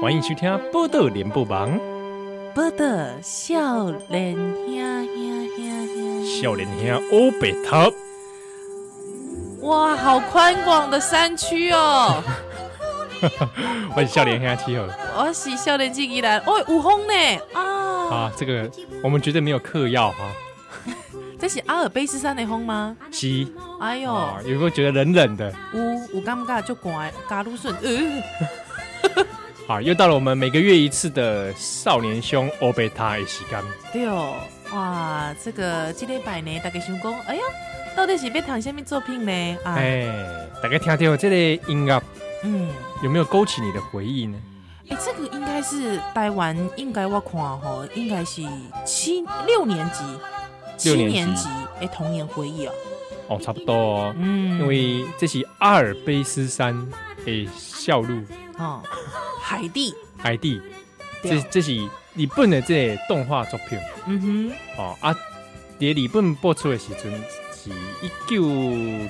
欢迎收听《报道联播网》。报道少年兄兄兄兄，少年兄欧白头，哇，好宽广的山区 哦！我是少年兄七号我是少年纪依然，哦，有风呢啊！啊。这个我们绝对没有嗑药哈。这是阿尔卑斯山的风吗？吸哎呦，啊，有没有觉得冷冷的？有有感觉就寒，嘎鲁顺，呃，啊，又到了我们每个月一次的少年兄欧白他的时间。对哦，哇，这个这礼拜呢，大家想讲，哎呀，到底是要谈什么作品呢？啊，哎、大家听听这个音乐嗯，有没有勾起你的回忆呢？哎，这个应该是台湾，应该我看吼、应该是七六年级，七六年级年级，哎，童年回忆哦，哦，差不多哦，嗯，因为这是阿尔卑斯山的小路哦，海地，海地，对这这是日本的这个动画作品。嗯哼，哦啊，伫日本播出的时阵是一九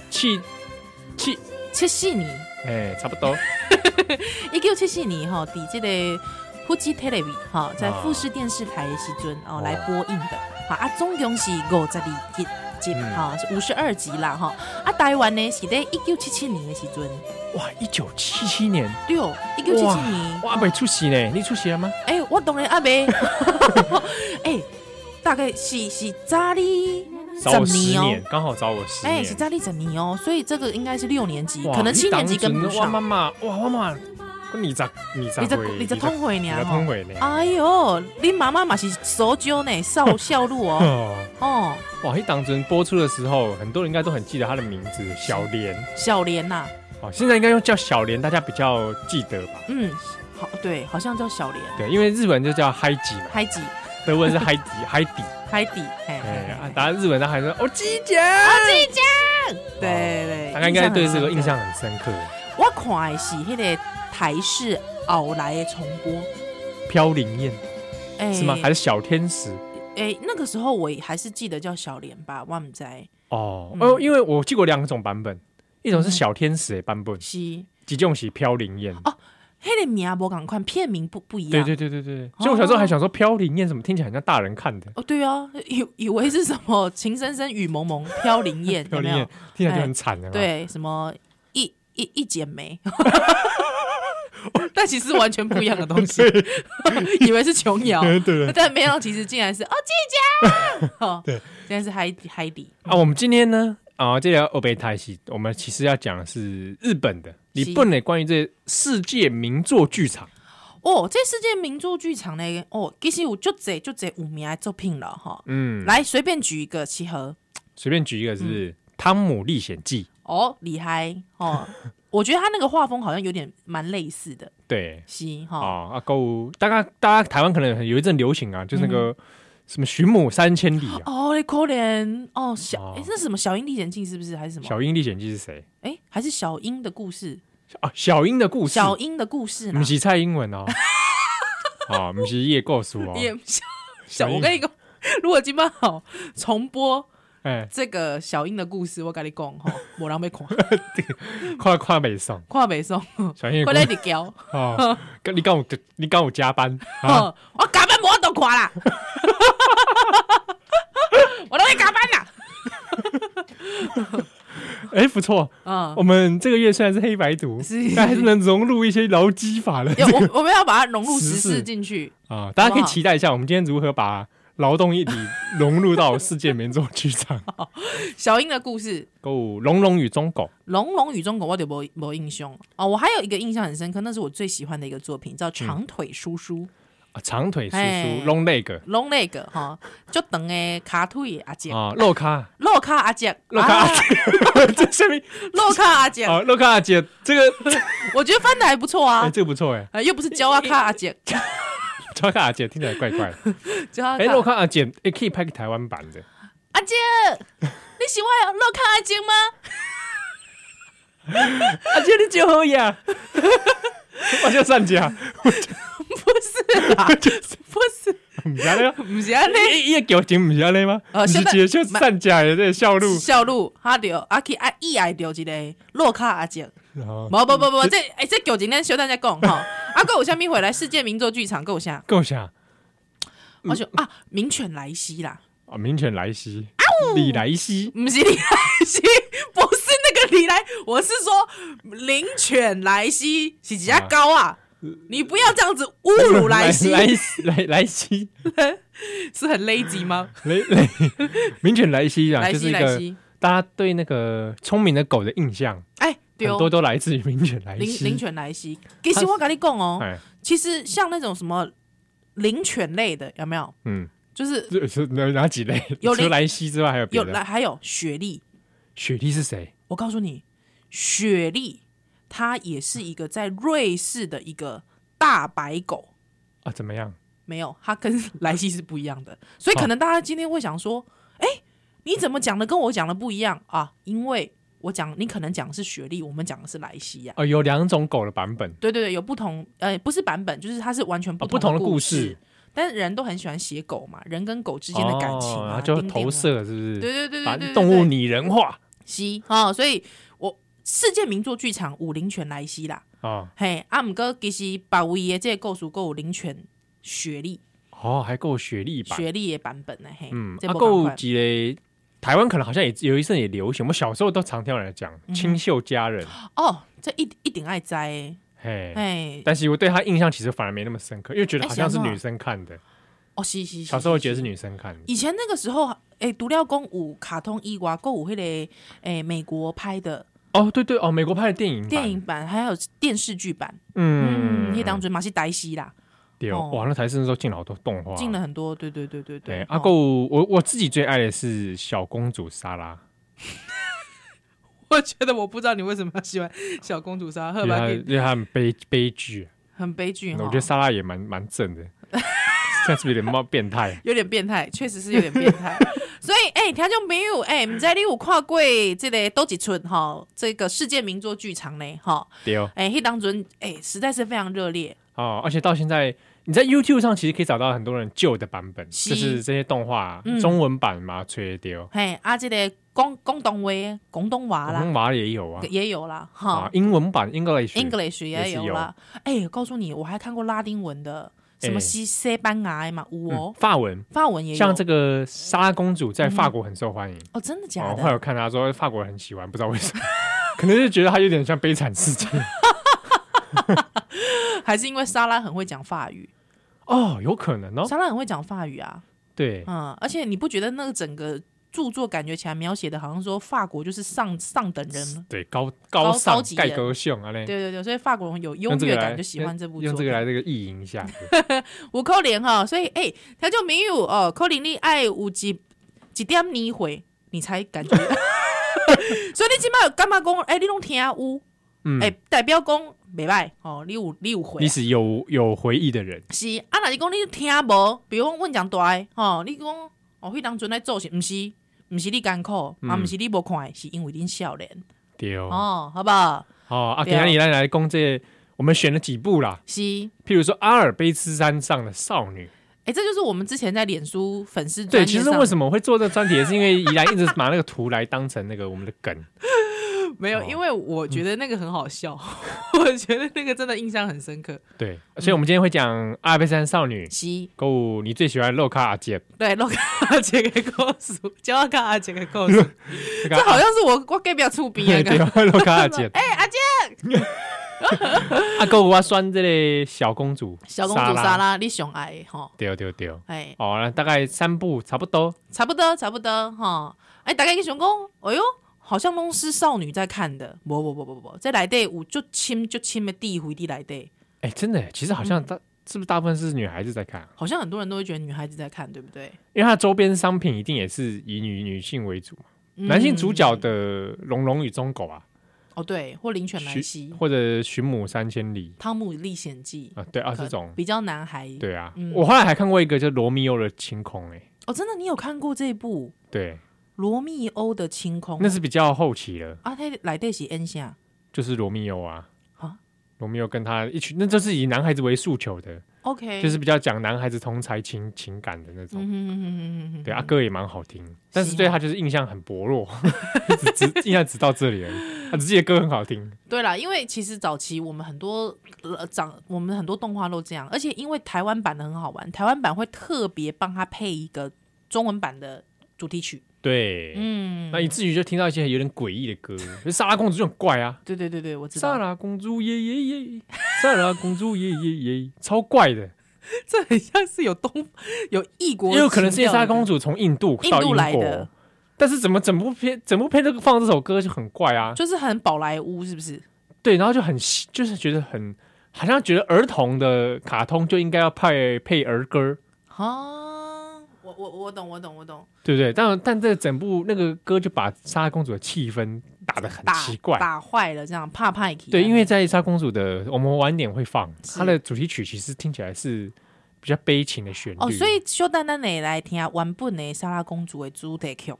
七七，七四年，哎，差不多。一九七四年吼、伫这个富士 TV 哈、在啊富士电视台的时阵哦哦来播映的，哈啊，总共是五十二集集嗯哈，五十二集啦哈、啊，台湾呢是在一九七七年的时阵，哇，一九七七年，对哦，一九七七年，我还没出席呢，你出席了吗？哎、我当然阿妹， 哎、大概是是早你找我十年哦年，刚好找我十哎、年是。早你十年哦，所以这个应该是六年级，哇可能七年级跟不你当时我妈上，妈，哇，我妈妈，你咋你咋你在你在通回你呢在？吼通回呢？哎哟，你妈妈嘛是手酒呢，少笑 路哦，哦，哦， 哇！一当真播出的时候，很多人应该都很记得他的名字小莲。小莲呐、哦，现在应该用叫小莲，大家比较记得吧？嗯，好，对，好像叫小莲，对，因为日本就叫嗨吉嘛，海底，德文是嗨吉，嗨底。海底，哎哎，啊哎，当然日本他还说哦，机姐，对啊对，大家应该对这个印很深象很深刻。刻。我看的是迄个台式后来的重播，飘零燕哎、是吗？还是小天使？哎、那个时候我还是记得叫小莲吧，我唔知道哦嗯哦，因为我记过两种版本，一种是小天使的版本，是几种是飘零燕。迄个名无共款，片名不不一样。对对对对对，所以我小时候还想说飘零燕怎么听起来很像大人看的，哦，对啊，以以为是什么情深深雨蒙蒙，飘零 燕，飘有没零有燕？听起来就很惨了。，对，什么一一一剪梅， 但其实完全不一样的 东西，以为是琼瑶，对 对。但没想到其实竟然是哦，季姐，哦， 对，竟然是海底海底，啊，我们今天呢，啊，这条欧贝泰西，我们其实要讲的是日本的，日本的关于这世界名作剧场。哦，这世界名著剧场呢，哦，其实有就这就这五名的作品了哈，嗯，来随便举一个契合，随便举一个是《汤姆历险记》。哦，厉害 哦，我觉得他那个画风好像有点蛮类似的，对，是哈，啊啊，购物，大概大家台湾可能有一阵流行啊，就是那个什么寻母三千里啊，嗯哦，你可怜哦，小哦诶，那是什么小樱历险记是不是还是什么？小樱历险记》是谁？哎，还是小樱的故事，啊，小樱的故事，小啊樱的故事呢不？是蔡英文 哦，啊，不是叶构书哦，也小小小，樱我跟你讲， 如果今晚好重播哎，这个小樱的故事，我跟你讲吼，无人要看，快快北上，看 袂爽，小樱的快故来事你交，哦，跟你刚我你刚我加 班啊，吼哦我加班我都看啦， 我都会加班啦，哎，不错，嗯。我们这个月虽然是黑白读 是，但还是能融入一些劳基法的 有我，我们要把它融入时时事事进去。啊，大家可以好不好期待一下，我们今天如何把劳动议题融入到世 界名作剧场，小樱的故事，购物《龙龙与忠狗》。 《龙龙与忠狗》，我就没没印象哦。我还有一个印象很深刻，那是我最喜欢的一个作品，叫《长腿叔叔》。啊，长腿叔叔哎 long leg 龙那个哈，就等诶卡腿的阿姐，啊，肉卡肉哦卡阿姐，哦肉卡阿啊姐， 这下面肉卡阿姐，啊，肉卡阿姐，这 个我觉得翻的还不错哎，啊，这个不错哎，呃又不是焦阿卡阿姐，肉卡阿姐听起来怪怪的。焦阿哎，肉卡卡阿姐，哎，可以拍个台湾版的。阿姐，你喜欢肉卡阿 姐吗？阿姐，你就好哎呀， 我叫上家，不是 啦，不是，唔哎知咧，不是啊安尼，伊伊个剧情唔是咧吗？呃不是哎现在解就上家的这个笑路啊小路哈着阿去阿意爱着一个肉卡阿姐，好无无无无，这哎、这九今天小蛋在 讲吼，啊，够有虾米回来世界名作剧场够有啥？够下我想啊，名犬莱西啦，啊，名犬莱西，李莱西，不是李莱西，不是那个李莱，我是说灵犬莱西是几家高啊？你不要这样子侮辱 莱 西，莱西莱莱西，是很 lazy 吗？雷雷，名犬莱西啊，莱就是西一莱个西，大家对那个聪明的狗的印象，哎，很对哦多都来自于名犬莱灵西。灵犬莱西，其实我跟你讲哦，哎，其实像那种什么灵犬类的有没有？嗯，就是这是哪哪几类？有除灵莱西之外，还有别有的来。还有雪莉，雪莉是谁？我告诉你，雪莉它也是一个在瑞士的一个大白狗，啊，怎么样？没有，它跟莱西是不一样的，所以可能大家今天会想说，哎、你怎么讲的跟我讲的不一样啊？因为我讲你可能讲的是雪莉，我们讲的是莱西呀、啊哦，有两种狗的版本，对对对，有不同，呃，不是版本，就是它是完全哦，不不同同的故事事，但是人都很喜欢写狗嘛，人跟狗之间的感情哦然啊，后就丁丁啊投，射，是不是？对对对对把对对，动物拟人化西哦，所以我世界名作剧场武林拳来西啦，啊，嘿，啊，毋过其实别位的这个故事够有灵权学历哦，还够雪莉版，学历的版本呢，嘿，嗯，这啊，不够赶快几类。台湾可能好像也有一阵也流行，我们小时候都常听人家嗯讲清秀佳人，哦，这一一定爱摘的，嘿，嘿，但是我对她印象其实反而没那么深刻，因为觉得好像是哎哎是啊女生看的，哦，是是是，小时候觉得是女生看的，以前那个时候，诶，独料公有卡通以外，购有迄个诶美国拍的哦，对对哦，美国拍的电影版电影，版，还有电视剧版，嗯嗯，，迄当中嘛是呆西啦，对哦哦，哇，那台式那时候进了好多动画，进了很多，对对对对对，阿哦够我我自己最爱的是小公主莎拉， 我觉得我不知道你为什么要喜欢小公主莎，赫因为她巴因为她很悲悲剧，很悲剧我哈觉，得莎拉也蛮蛮正 的，这样是不是有点冒变态？有点变态，确实是有点变 态。所以，哎、听众朋友，哎、唔知你有看过这个多几寸哈，这个世界名作剧场呢哈，对哦，哎、迄当中哎、实在是非常热烈。哦，而且到现在你在 YouTube 上其实可以找到很多人旧的版本，是就是这些动画嗯中文版嘛，吹丢，嘿、啊，这个广广东话、广东话我啦们，娃也有啊，也有啦哈、啊，英文版 English， e n g l i s h 也也是有啦。哎、告诉你，我还看过拉丁文的，什么哎西西班牙的嘛，有嗯哦，法文，法文也有。像这个莎拉公主在法国很受欢迎，哦，真的假哦，的？后来我看她说法国人很喜欢，不知道为什么，可能是觉得她有点像悲惨世界。 还是因为莎拉很会讲法语？哦，有可能哦。莎拉很会讲法语啊。对，嗯，而且你不觉得那个整个著作感觉起来描写的好像说法国就是上上等人吗？对，高高尚高级盖人格秀啊嘞，对对对，所以法国人有优用这越个来感，就喜欢这部作用这品个。来这个意淫一 下。有可能哈，所以哎，他就没有哦，可能你爱有几几点你回，你才感觉。 所以你起码有干嘛讲？哎，你拢听有嗯，哎，代表讲袂歹哦，你有你有回你。是有有回忆的人，是啊，若是讲你听无，比如讲阮讲大诶，吼、你讲哦，迄当阵咧做是毋是？毋是你艰苦，嘛、嗯毋是你无看的，是因为恁少年对哦。哦，好不好？哦啊，对今哦天你来来攻这，我们选了几部啦，是，诶、譬如说《阿尔卑斯山上的少女》。这就是我们之前在脸书粉丝对，其实为为什什么会做这专题，也是因为宜兰一直拿那个图来当成那个我们的梗。么没哦为我觉得那个很好笑， 我觉得那个真的印象很深刻。对，嗯所以我们今天会讲《阿尔卑斯山少女》。 是，购物你最喜欢洛卡阿姐，对，落看阿杰的故事，教我看阿杰的故事，这个这好像是我我隔壁厝边 的对，感觉。洛卡阿姐。 哎、阿杰，啊，购物我选这个小公主，小公主莎，拉，你上爱的吼，对对对。哎、哦，那大概三部差不多。差不多，差不多哈。哎，大概去想讲，哎哟，好像拢是少女在看的，不不不不不，这内底有足深足深的地回伫内底，哎、真的耶，其实好嗯像大、是不是大部分是女孩子在看啊、好像很多人都会觉得女孩子在看，对不对？因为它的周边商品一定也是以女女性为主嘛。嗯男性主角的《龙龙与忠狗》啊，哦，对，或《灵犬莱寻西》《或者《寻母三千里汤姆历险记》》啊，对啊，可这种比较男孩。对啊、嗯我后来还看过一个叫《罗密欧的晴空》哎，哦，真的，你有看过这部《对，罗密欧的晴空》？那是比较后期了，啊，他来底是 N 下就是罗密欧啊啊，罗密欧跟他一群，那就是以男孩子为诉求的， ，OK，就是比较讲男孩子同才情情感的那种。嗯哼嗯哼嗯哼对，啊阿、歌也蛮好听，但是是啊对他就是印象很薄 弱，只只印象只到这里而已。他只记得歌很好听，对啦，因为其实早期我们很多呃长，我们很多动画都这样，而且因为台湾版的很好玩，台湾版会特别帮他配一个中文版的主题曲。对，嗯，那以至于就听到一些有点诡异的歌，就莎拉公主就很怪啊，对对对对，我知莎道，拉公主耶耶耶，莎拉公主耶耶耶，超怪的， 这很像是有东有异国，也有可能是因为莎拉公主，主从印度印到度英来国的，但是怎么整部片整部片都放这首歌就很怪啊，就是很宝莱坞，是不是？对，然后就很细就是觉得很好像觉得儿童的卡通就应该要配配儿歌，啊，我我我懂，我懂，我懂，对不对？但但这整部那个歌就把莎拉公主的气氛打得很打奇怪，打坏了，这样怕怕一起对，因为在莎公主的，我们晚点会放是它的主题曲，其实听起来是比较悲情的旋律。哦，所以小丹丹呢来听啊原本的莎拉公主的主题曲。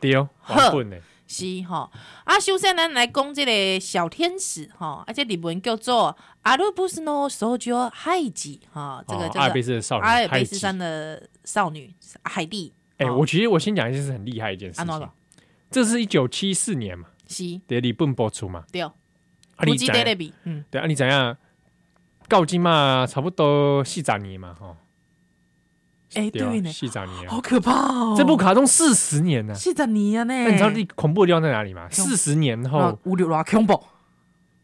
对哦，呵混呢，是吼，啊，首先咱来讲这个小天使吼，而且日文叫做阿鲁布斯诺索乔海吉哈，这个哦叫阿尔卑做斯的少女，阿尔海卑斯吉山的少女海蒂。哎，哦我其实我先讲一件事很厉害一件事啊哪情个，这是一九七四年嘛，是在日本播出嘛，对，啊你吉怎德勒样？比，嗯，对啊你怎样？到今嘛，差不多四十年嘛，吼，哎对啊对，呢，四十年啊，好可怕哦，这部卡通四十年呢。是的你啊呢，那你知道最恐怖的地方在哪里吗？四十年啊后，五六六恐怖，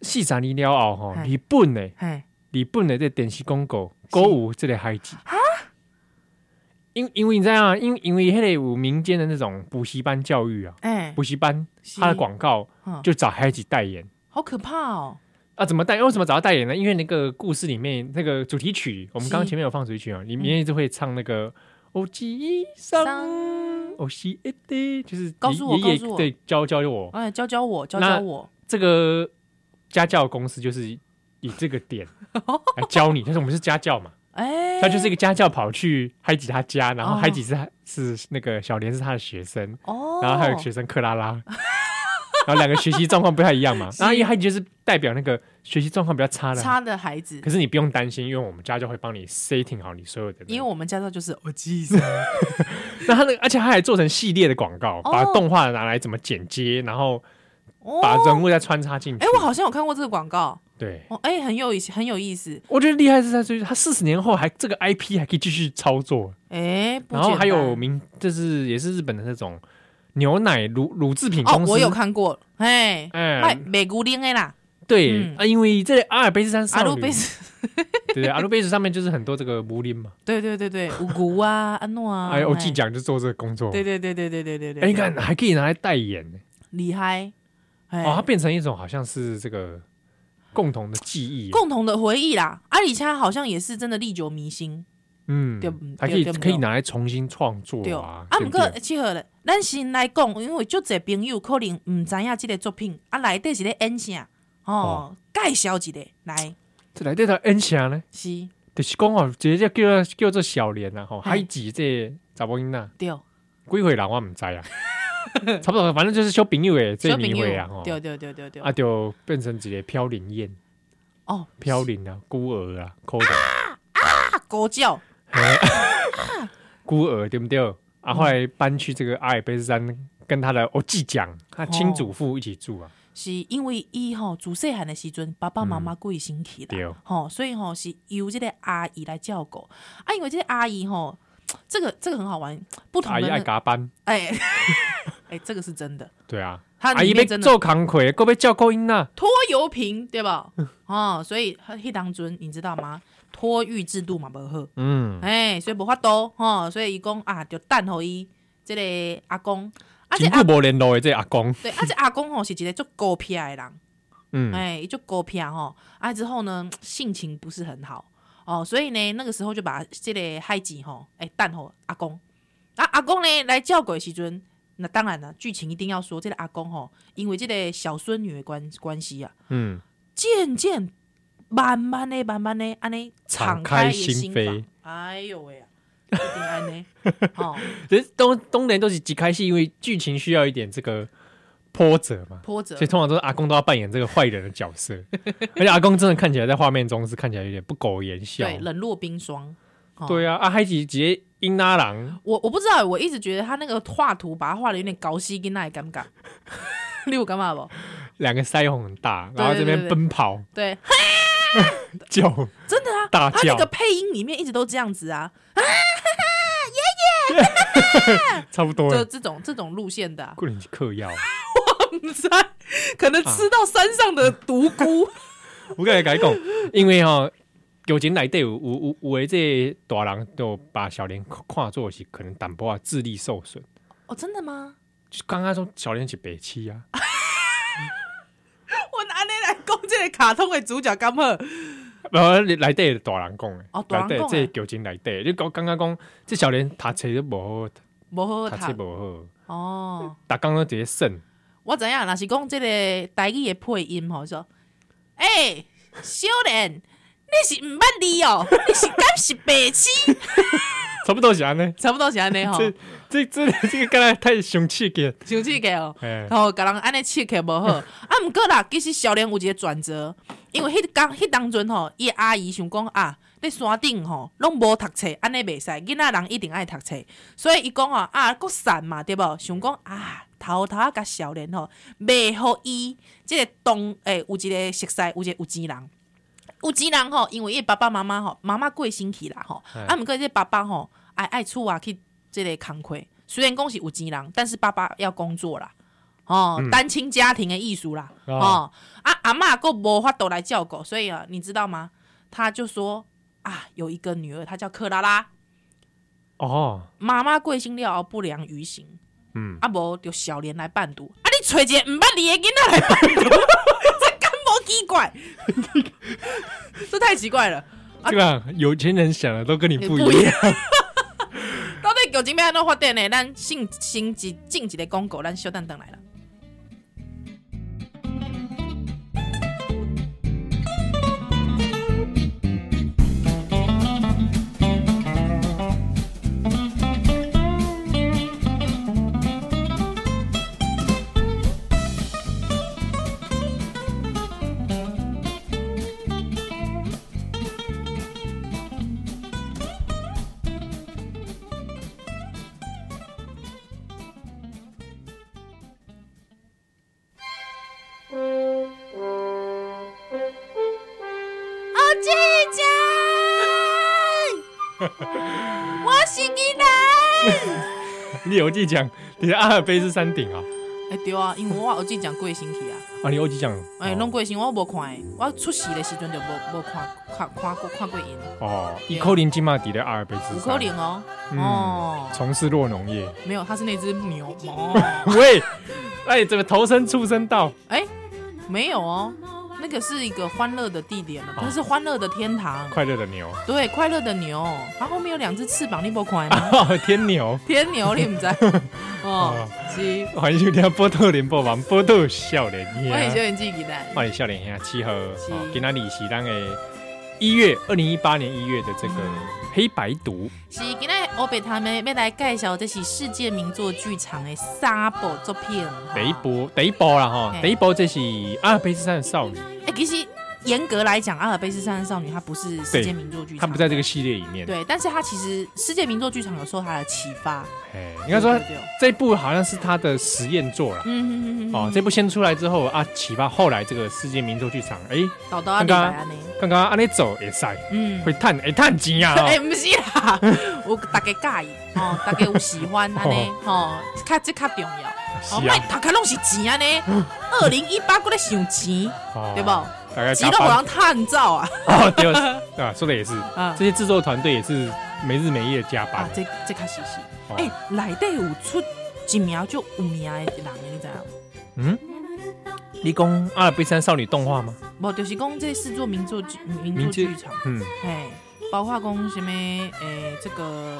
四十年了后，吼，嘿日本呢？嘿，日本的这电视广告歌有这个海记因因为你知道吗？因因为迄个有民间的那种补习班教育啊，哎，补习班是它的广告嗯就找海记代言好可怕哦，啊，怎么代？为什么找他代言呢？因为那个故事里面那个主题曲，我们是刚刚前面有放主题曲啊，里面一直会唱那个哦，记上嗯上哦，西一的，就是告诉我爷爷告诉我对教教我哎，教教我，教哦那教我，这个家教公司就是以这个 点来教你，就是我们是家教嘛。哎，他就是一个家教跑去海吉他家，然后哦海吉是他是那个小莲是他的学生，哦，然后还有学生克拉拉， 然后两个学习状况不太一样嘛。然后因为海吉就是代表那个学习状况比较差的，差的孩子可，是你不用担心，因为我们家教会帮你 setting 好你所有的那个。因为我们家教就是我记那他那个，而且他还做成系列的广告，哦把动画拿来怎么剪接，然后哦，把人物再穿插进去。哎、我好像有看过这个广告，对，哦，哎、很有意思，很有意思，我觉得厉害是在这，他四十年后还这个 IP 还可以继续操作。哎、不然后简还有单名，就是也是日本的那种牛奶乳乳制品公哦，司，我有看过，哎、卖哎，美古丁的啦，啊对、嗯啊，因为这阿尔卑斯山少阿女鲁贝，斯，对阿鲁贝斯上面就是很多这个母林嘛， 对对对对，五谷啊，安诺 啊， 哎，我记奖就做这个工作，对，对对对对对对对，哎，你看还可以拿来代言呢，厉害，哎、哦，它变成一种好像是这个共同的记忆，啊共同的回忆啦，阿里恰好像也是真的历久弥新，嗯对，还可以对对可以拿来重新创作对，啊啊，，对毋不过对契合咧，咱先来讲，因为足侪朋友可能毋知影即个作品，啊，内底是咧演啥，哦，介绍一个来，这来这条 N 侠呢，是，就是讲哦，直接叫叫做小莲呐，吼，嘿海吉这查某囡仔。对，哦几岁人我毋知 啊，差不多，反正就是小朋友诶，这小年岁啊，吼，对对对对对，啊就变成一个飘零燕、哦，飘零啊、孤儿啊、孤儿、啊，狗叫，孤儿，对不对？啊，后来搬去这个阿尔卑斯山，跟他的欧记讲，他亲祖父一起住啊，是因为伊吼自细汉的时阵，爸爸妈妈过于辛苦嗯对啦，吼、所以吼是由这个阿姨来照顾。啊，因为这个阿姨吼，这个这个很好玩，不同阿的姨那爱加班， 哎哎，这个是真的，对啊，他阿姨里要面真的做工课，够要照顾囡仔，拖油瓶对吧？ 哦，所以迄当阵你知道吗？托育制度嘛无好，嗯，哎、所以无法度吼、所以伊讲啊，就等互伊即个阿公，啊这真阿久无联络诶，这个阿公，对啊这阿公吼是一个足孤僻的人。嗯，哎，就狗屁吼，啊之后呢，性情不是很好哦，所以呢，那个时候就把这个海吉吼，哎，蛋吼阿公，啊阿公呢来叫鬼时阵，那当然了，剧情一定要说这个阿公吼，因为这个小孙女的关关系啊，嗯，渐渐慢慢的、慢慢的，安尼敞敞开开心心扉扉，哎呦喂啊，一定 安尼哦，其实东东人都是一开始因为剧情需要一点这个波折嘛，波折所以，通常都是阿公都要扮演这个坏人的角 色，而且阿公真的看起来在画面中是看起来有点不苟言笑。对，冷若冰霜。哦对啊，阿海吉直接英拉郎，我我不知道，我一直觉得他那个画图把它画的有点高西跟那也尴尬， 你有干嘛不？两个腮红很大，对然后这边对对对奔跑对，叫 真的啊，大他那叫个，配音里面一直都这样子啊，差不多就了。这种这种路线的、啊， 过年去嗑药，可啊能吃到山上的独 孤，我跟你讲，因为哈。有钱来对有有有有的这大人都把小莲看作是可能淡薄啊智力受损，哦，真的吗？ 就刚刚说小莲是北七 啊，我拿你来讲这个卡通的主角干嘛？无内底是大人讲诶，哦大人讲内的底这旧钱内底，你讲刚刚讲，这少年读册都无无好好，读册读无好，哦。逐工都直接省，我知影，若是讲即个台语的配音吼，说，诶、欸，小人，你是毋捌字哦，你是敢是白痴， 差不多是安尼。差不多是安尼吼，这这这这个刚才太生气 个，像即个哦，哎，吼，甲人安尼刺激无好，啊，毋过啦，其实小人有一个转折，因为迄当迄当阵吼，伊的阿姨想讲啊，咧山顶吼，拢无读册，安尼袂使，囡仔人一定爱读册，所以伊讲吼啊，国散嘛，对无？想讲啊，偷偷啊，甲小人吼，袂互伊即个东诶、有一个熟识，有一个有钱人。有钱人吼，因为伊爸爸妈妈吼，妈妈过身去啦吼，哎啊，毋过这爸爸吼，爱爱出外去即个工课，虽然讲是有钱人，但是爸爸要工作啦，哦，嗯单亲家庭的艺术啦，哦哦，啊，阿嬷够无法度来照顾，所以啊，你知道吗？他就说啊，有一个女儿，她叫克拉拉，哦，妈妈过身了后不良于行，嗯，啊无就小莲来伴读，啊你找一个毋捌字的囡仔来伴读， 这敢无奇怪？ 这太奇怪了，啊这个有钱人想的都跟你不一不一样，到底究竟要安怎么发展呢？咱先先一进一个广告，咱小等等来了。阿姐姐，我是囡 仔。 你有记讲，你的阿尔卑斯山顶啊，哎、对啊，因为我有记讲过星期啊，啊，你有记讲，哎、哦拢过星我无看的，我出世的时阵就无无看看看过看过因，啊哦，伊可能金马底的阿尔卑斯有山，可能哦、啊嗯哦，从事弱农业，没有，他是那只牛 哦，喂，哎，怎么投身畜生道？哎、没有哦、那个是一个欢乐的地点了，那是欢乐的天堂，哦快乐的牛， 对，快乐的牛，它后面有两只翅膀，你无看 吗？天牛。天牛你 唔知？哦，是，欢迎收听《波特联播网》，波特少年兄我也觉，得自己来，欢迎少年兄七号，是哦，今仔日是咱的一月二零一八年一月的这个嗯黑白读，是今天我被他们要来介绍，这是世界名作剧场的三部作品。第一波第一波啦哈，啊嘿第一波这是阿尔卑斯山的少女，哎、其实严格来讲，《阿尔卑斯山的少女》它不是世界名作剧场，她不在这个系列里面。对，但是它其实世界名作剧场有受它的启发。嘿，应该说对对对这一部好像是她的实验作啦。嗯，哦，这部先出来之后啊，启发后来这个世界名作剧场，哎，导到阿里白安呢，刚刚安尼走也塞，嗯，会探哎探钱 啊，哎、哦不是啦，我大家介意哦，大家有喜欢安尼哦，较这较重要。哦，是卖啊，头壳拢是钱安尼， 二零一八过来想钱，哦对不？？大概钱加都班互人探照啊！ 哦，对啊，说的也是，啊这些制作团队也是没日没夜加班啊，。这这较实是。哦哎、内底有出一名就有名的人的，你知影？嗯，立功阿尔卑斯山少女动画吗？无，就是讲这四座名作剧名作名剧剧场，嗯嘿，包括讲什么诶、这个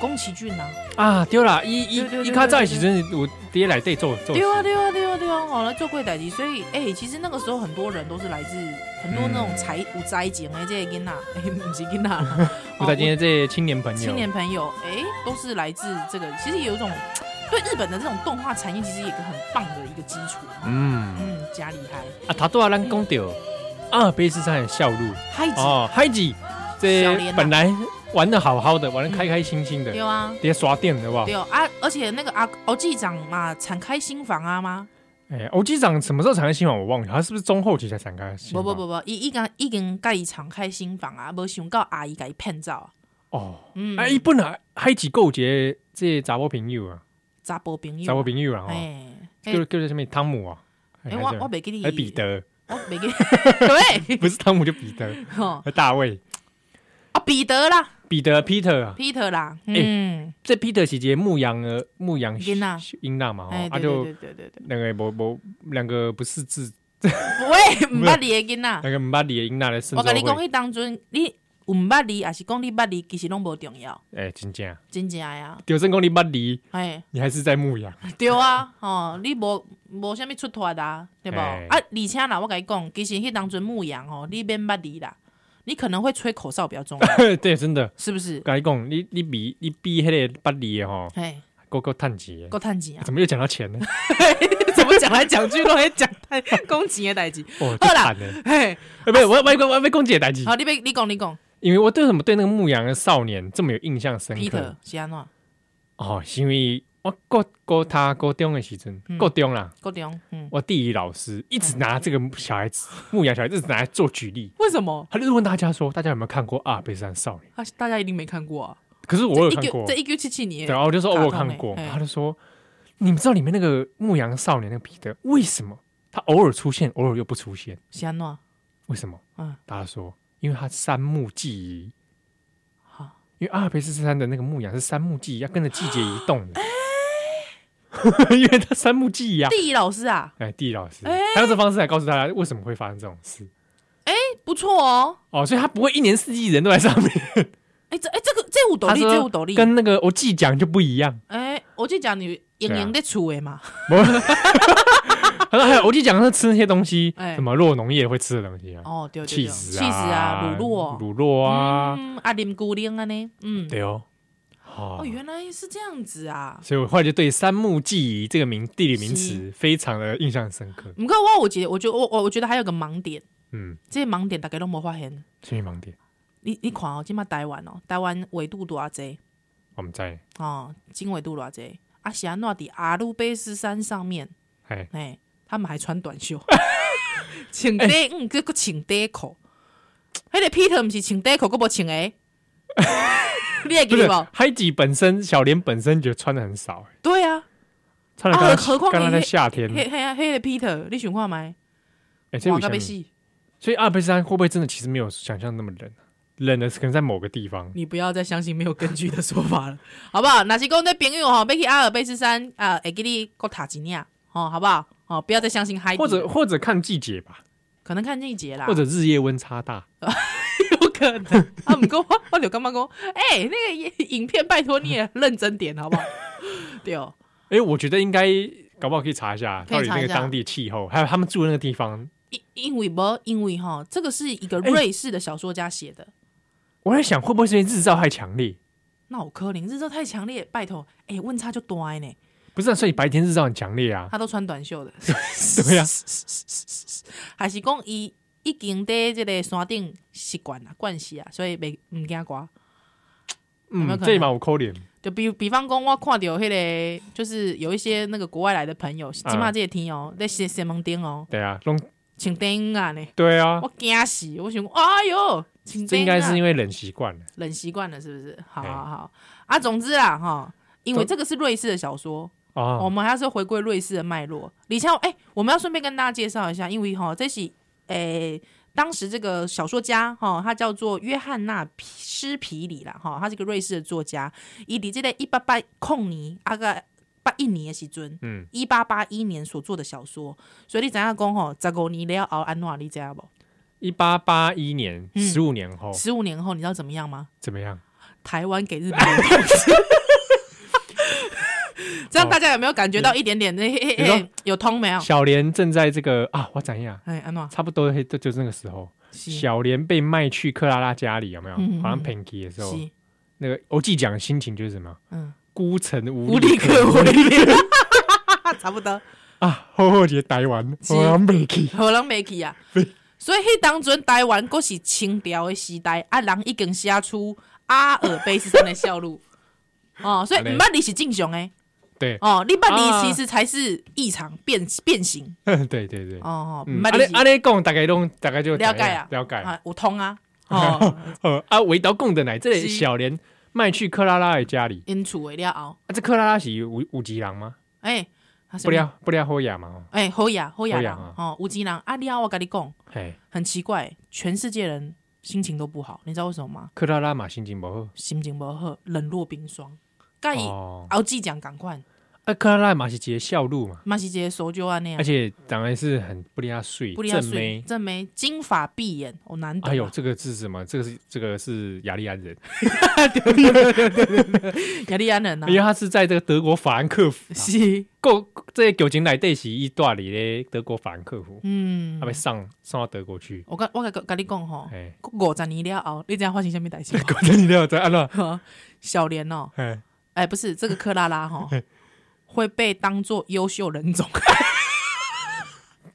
宫崎骏啊，啊，对啦，一对对一对一卡在时阵，我爹来对做做事。对啊，对啊，对啊，对啊，好了，做柜台机，所以哎、其实那个时候很多人都是来自很多那种嗯，才有才情的这些囡仔，哎、不是囡仔啦哦我在今天这些青年朋友，青年朋友，哎、都是来自这个，其实有一种对日本的这种动画产业其实有一个很棒的一个基础哦，嗯，嗯，加厉害，啊，他都要咱讲到阿尔卑斯山的笑路嗨子哦，海吉小这莲啊本来玩的好好的，玩的开开心心的，对啊。别刷电好不好对？哦啊，而且那个阿欧记长嘛，敞开心房啊吗？哎，欧机长什么时候展开新闻我忘了，他是不是中后期才展开新不闻？不不不，伊已经已经甲伊敞开心房啊，无想到阿姨甲伊骗走啊。哦，嗯，哎，伊本来海吉勾结这查某朋友啊，查甫朋友，查某朋友啊，哦，哎哎叫叫做什么汤姆啊，哎哎，我我袂记你还彼，得， 我袂记， 对，不是汤姆就彼 得，吼还大卫，啊彼得啦彼得 Peter 啊， ，Peter 啦，嗯，这 Peter 是一个牧羊儿牧羊囡仔英娜嘛，哎哦，啊对就对对对对，两个无无两个不识字， 喂，唔捌你的囡仔，两个唔捌字的英娜来圣啊我周甲你讲，哎会，迄当阵你有毋捌你，还是讲你捌你，其实拢无重要，哎，真正，真正啊呀，就算讲你捌字，哎。你还是在牧羊，对啊，哦，你无无啥物出脱的啊，对无？嘿啊，而且啦，我甲你讲，其实迄当阵牧羊哦，你免捌字啦，你可能会吹口哨比较 重要，对，真的，是不是？跟你讲，你你比你比迄个捌字的吼，嘿，够够趁钱的，够趁钱啊！ 怎么又讲到钱呢？怎么讲来讲去都在讲太讲钱的代志。哦，就惨了，嘿，哎，不是，我我我我被公姐代志，好，你别你讲你讲因为我对什么对那个牧羊的少年这么有印象深刻，Peter 是安怎？哦，是因为我高高他高中的时阵，嗯高中啦。够中，嗯，我地理老师一直拿这个小孩子牧羊小孩子一直拿来做举例，为什么？他就是问大家说，大家有没有看过《阿尔卑斯山少年啊，大家一定没看过啊！》？可是我有一看过九，这一九七七年对，然，后我就说、哦我有卡通看过，欸嘿他就说，你们知道里面那个牧羊少年那个彼得为什么他偶尔出现，偶尔又不出现？是安怎？啊为什么？嗯，大家说，因为他三木记忆，好，因为阿尔卑斯山的那个牧羊是三木记忆，要跟着季节移动的， 因为他三木记忆啊。哎地理老师啊，哎，地理老师，哎他用这方式来告诉大家为什么会发生这种事。不错哦。哦，所以他不会一年四季人都在上面。哎，这哎这个这有斗他笠，说这有斗笠，跟那啊个我记讲就不一样。哎，我就讲你莹莹在厝诶嘛，他说还有哎我记讲是吃那些东西，哎什么落农业会吃的东西啊，哦，对对对，气气死啊，乳酪，乳酪啊，嗯，啊，啉姑娘啊呢，嗯，对哦，哦哦，，原来是这样子啊。所以我后来就对三木记忆这个名地理名词非常的印象深刻。不过我有一个，我觉得我我我觉得还有个盲点，嗯，这个盲点大家都没发现。所以盲点你你看哦，今嘛台湾哦，台湾纬度多少济我们在哦，经纬度多少济啊？是安怎伫阿鲁卑斯山上面，哎，哎、他们还穿短袖， 穿短哎嗯，这个穿短裤。迄个 Peter 不是穿短裤，个无穿诶， 你会不记得是无？海吉本身小莲本身觉得穿的很少，哎对啊，穿的啊刚刚何况刚刚在你夏天，嘿嘿啊，迄个 Peter，你想看麦？哎，这有哇下到面要死！所以阿尔卑斯山会不会真的其实没有想象那么冷啊？冷的是可能在某个地方，你不要再相信没有根据的说法了，好不好？哪些公的朋友哈，要去阿尔卑斯山啊，会给你够塔吉尼亚哦，好不好？哦，不要再相信海底或者或者看季节吧，可能看这一节啦，或者日夜温差大。 有可能啊，不过我我就干嘛讲？哎、那个影片拜托你也认真点好不好？ 对哦，哎、我觉得应该搞不好可以查一下，可到以底查一下那个当地气候，还有他们住的那个地方。因因为不因为哈，这个是一个哎瑞士的小说家写的，我在想，会不会是因为日照太强烈？那我柯林日照太强烈，拜托，哎、温差就大呢，不是、啊，所以白天日照很强烈 啊。他都穿短袖的。对呀、啊还是讲伊已经在这个山顶习惯啦、惯习啊，所以袂毋惊寒。有没有嗯，可能这嘛有扣脸。就比比方讲，我看到迄、个，就是有一些那个国外来的朋嗯友，即码这个天哦、在西西门町哦、对啊，弄穿短裤啊呢，对啊，我惊死，我想说，哎哟，穿这应短裤啊该是因为冷习惯了。冷习惯了，是不是？好哎好好啊，总之啦哈，因为这个是瑞士的小说，我哦，们还是回归瑞士的脉络。李强，哎、我们要顺便跟大家介绍一下，因为哈，这是诶、当时这个小说家哈，他叫做约翰纳皮施皮里啦哈，他是一个瑞士的作家。伊伫这个一八八控尼啊个八一年的时阵，嗯，一八八一年所做的小说，所以你知影讲吼，十五年了熬安怎你知影无？一八八一年，嗯十五年后十五年后你知道怎么样吗？怎么样？台湾给日本人投资。 这样大家有没有感觉到一点点那、嘿嘿哦你说嘿有通没有？小莲正在这个啊，我怎样？哎，安怎？差不多嘿就就是那个时候，是小莲被卖去克拉拉家里，有没有嗯嗯嗯？好像 Pinky 的时候，是，那个欧记讲的心情就是什么？嗯，孤城无无力力可回了， 差不多。啊！好好一个台湾，是我人袂去， 荷兰没去啊对。所以迄当阵台湾阁是清朝的时代，啊，人已经写出阿尔卑斯山的 小路。哦，所以安尼毋捌你是正常诶，对，哦，你捌啊你其实才是异常变变形，对对对。哦，毋嗯，捌安你尼是安尼讲，大概拢大概就了了解啊，了解。啊，有通 啊，哦，呃啊，唯独讲的来，这是个小莲卖去克拉拉的家里，因厝诶了后，啊，这克拉拉是有有吉郎吗？诶，啊不，了不了，好雅嘛，哦什么诶，好呀好呀好呀人啊，哦，有钱人啊了，我甲你讲，嘿，很奇怪，全世界人心情都不好，你知道为什么吗？克拉拉嘛心情不好。心情无好，冷若冰霜，甲伊哦，熬记讲赶快。啊，克拉拉嘛是一个笑路嘛，嘛是一个手酒安尼啊而，且当然是很不离他水，不离啊正水，妹。正妹金发碧眼，哦难得啊。哎呦，这个是什么？这个是这个是雅利安人，雅利安人呐因，为哎他是在这个德国法兰克福啊，是，够这个酒精来对是伊大理咧德国法兰克福，嗯哦他，被上上到德国去，我甲我甲甲你讲吼，啊哎， 五十年了后，你知影发生什么代志吗？果真料在安啊怎？ 小莲哦，哎，哎，不是这个克拉拉 吼，会被当做优秀人种，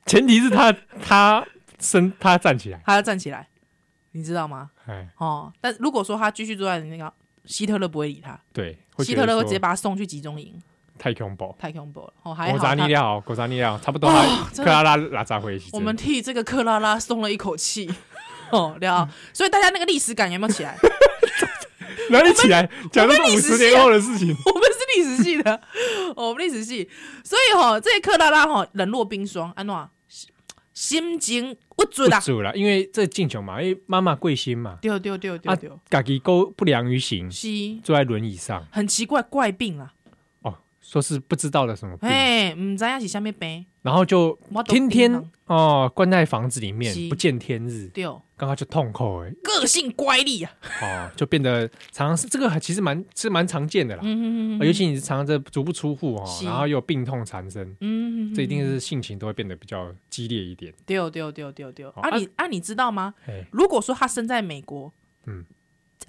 前提是他他身他站起来，她要站起来，你知道吗？哎，哦，但如果说她继续坐在那个希特勒不会理她，对，希特勒会直接把把她送去集中营，太恐怖。太恐怖了。哦，还国好扎尼她料，国扎尼料，差不多哦他真的克拉拉拉扎回去。我们替这个克拉拉松了一 口气。哦，了，所以大家那个历史感有没有起来？哪里起来讲的我们是五历史十系啊年后的事情？我们是历史系的，哦我们历史系，所以哈、这些克拉拉哈、冷若冰霜，安诺心情啊不准不啦，足了，因为这进穷嘛，因为妈妈贵心嘛，对对对对啊对，家己勾不良于行，是坐在轮椅上很奇怪怪病啦，哦，说是不知道的什么病，哎，唔知影是虾米病，然后就我都啊天槟榔天哦关在房子里是面不见天日，对，刚刚就痛苦哎，个性乖戾啊，哦，就变得常常是这个还其实蛮是蛮常见的啦，嗯啊哦尤其你常常这足不出户哦，是然后又有病痛缠身，嗯，这一定是性情都会变得比较激烈一点。对对对对对，啊啊你啊你知道吗？嘿，如果说他生在美国，嗯，